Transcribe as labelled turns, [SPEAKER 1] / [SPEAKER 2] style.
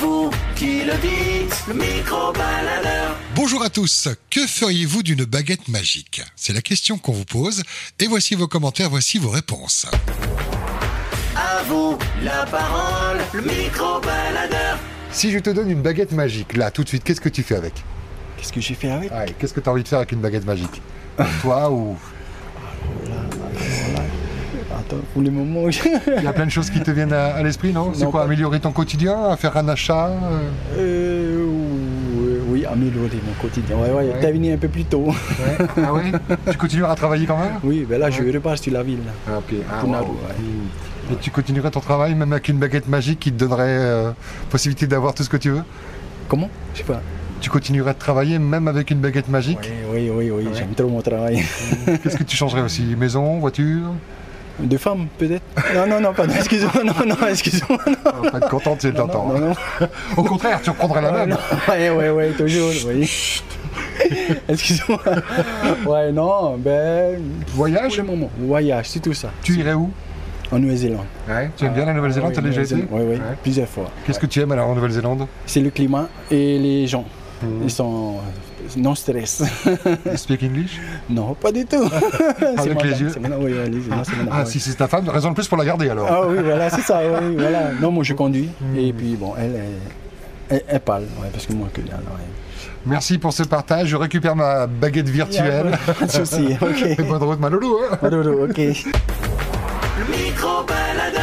[SPEAKER 1] vous qui le dites, le micro-baladeur.
[SPEAKER 2] Bonjour à tous, que feriez-vous d'une baguette magique C'est la question qu'on vous pose, et voici vos commentaires, voici vos réponses.
[SPEAKER 1] À vous la parole, le micro-baladeur.
[SPEAKER 2] Si je te donne une baguette magique, là, tout de suite, qu'est-ce que tu fais avec
[SPEAKER 3] Qu'est-ce que j'ai fait avec
[SPEAKER 2] Ouais, Qu'est-ce que tu as envie de faire avec une baguette magique Toi ou...
[SPEAKER 3] Attends, pour le moment,
[SPEAKER 2] Il y a plein de choses qui te viennent à, à l'esprit, non C'est
[SPEAKER 3] Non,
[SPEAKER 2] quoi
[SPEAKER 3] pas-
[SPEAKER 2] Améliorer ton quotidien Faire un achat euh,
[SPEAKER 3] euh, oui, oui, améliorer mon quotidien. Ouais, ouais,
[SPEAKER 2] Ouais.
[SPEAKER 3] t'as venu un peu plus tôt.
[SPEAKER 2] ouais. Ah ouais Tu continueras à travailler quand même
[SPEAKER 3] Oui, ben là, je repars sur la ville. là.
[SPEAKER 2] Ah, ok. Ah,
[SPEAKER 3] Pour
[SPEAKER 2] wow.
[SPEAKER 3] Naru, ouais.
[SPEAKER 2] Et tu continuerais ton travail même avec une baguette magique qui te donnerait euh, possibilité d'avoir tout ce que tu veux
[SPEAKER 3] Comment Je sais pas.
[SPEAKER 2] Tu continuerais de travailler même avec une baguette magique
[SPEAKER 3] Oui, oui, oui, oui, j'aime trop mon travail.
[SPEAKER 2] Qu'est-ce que tu changerais aussi Maison, voiture
[SPEAKER 3] De femme, peut-être Non, non, non, pardon, excuse-moi, non, non, excuse-moi.
[SPEAKER 2] On va pas être contente si je t'entends.
[SPEAKER 3] Non, non,
[SPEAKER 2] Au contraire, tu reprendrais la
[SPEAKER 3] non,
[SPEAKER 2] même.
[SPEAKER 3] ouais, ouais, ouais, toujours, oui. excuse-moi. Ouais, non, ben. Pour
[SPEAKER 2] Voyage
[SPEAKER 3] le moment, voyage, c'est tout ça.
[SPEAKER 2] Tu irais où
[SPEAKER 3] En Nouvelle-Zélande.
[SPEAKER 2] Tu aimes bien la Nouvelle-Zélande
[SPEAKER 3] Ah
[SPEAKER 2] T'as
[SPEAKER 3] Oui,
[SPEAKER 2] déjà été
[SPEAKER 3] Nouvelle-Zélande, Oui, oui,
[SPEAKER 2] Ouais.
[SPEAKER 3] plusieurs fois.
[SPEAKER 2] Qu'est-ce que tu aimes alors en Nouvelle-Zélande
[SPEAKER 3] C'est le climat et les gens.
[SPEAKER 2] Mhm.
[SPEAKER 3] Ils sont euh, non stress.
[SPEAKER 2] You Speak English
[SPEAKER 3] non, pas du tout.
[SPEAKER 2] Avec les yeux.
[SPEAKER 3] c'est mon- oui, oui, les yeux, non, c'est mon-
[SPEAKER 2] Ah,
[SPEAKER 3] oui.
[SPEAKER 2] si c'est ta femme, raison de plus pour la garder alors.
[SPEAKER 3] Ah oui, voilà, c'est ça. oui, voilà. Non, moi je conduis.
[SPEAKER 2] Mhm.
[SPEAKER 3] Et puis bon, elle, elle, elle- elle parle. ouais, parce que moi, que là, ouais.
[SPEAKER 2] Merci pour ce partage. Je récupère ma baguette virtuelle.
[SPEAKER 3] Pas de souci,
[SPEAKER 2] Et
[SPEAKER 3] ok.
[SPEAKER 2] bonne route, Malolo. hein
[SPEAKER 3] Maruru, ok.
[SPEAKER 1] Le micro-baladeur.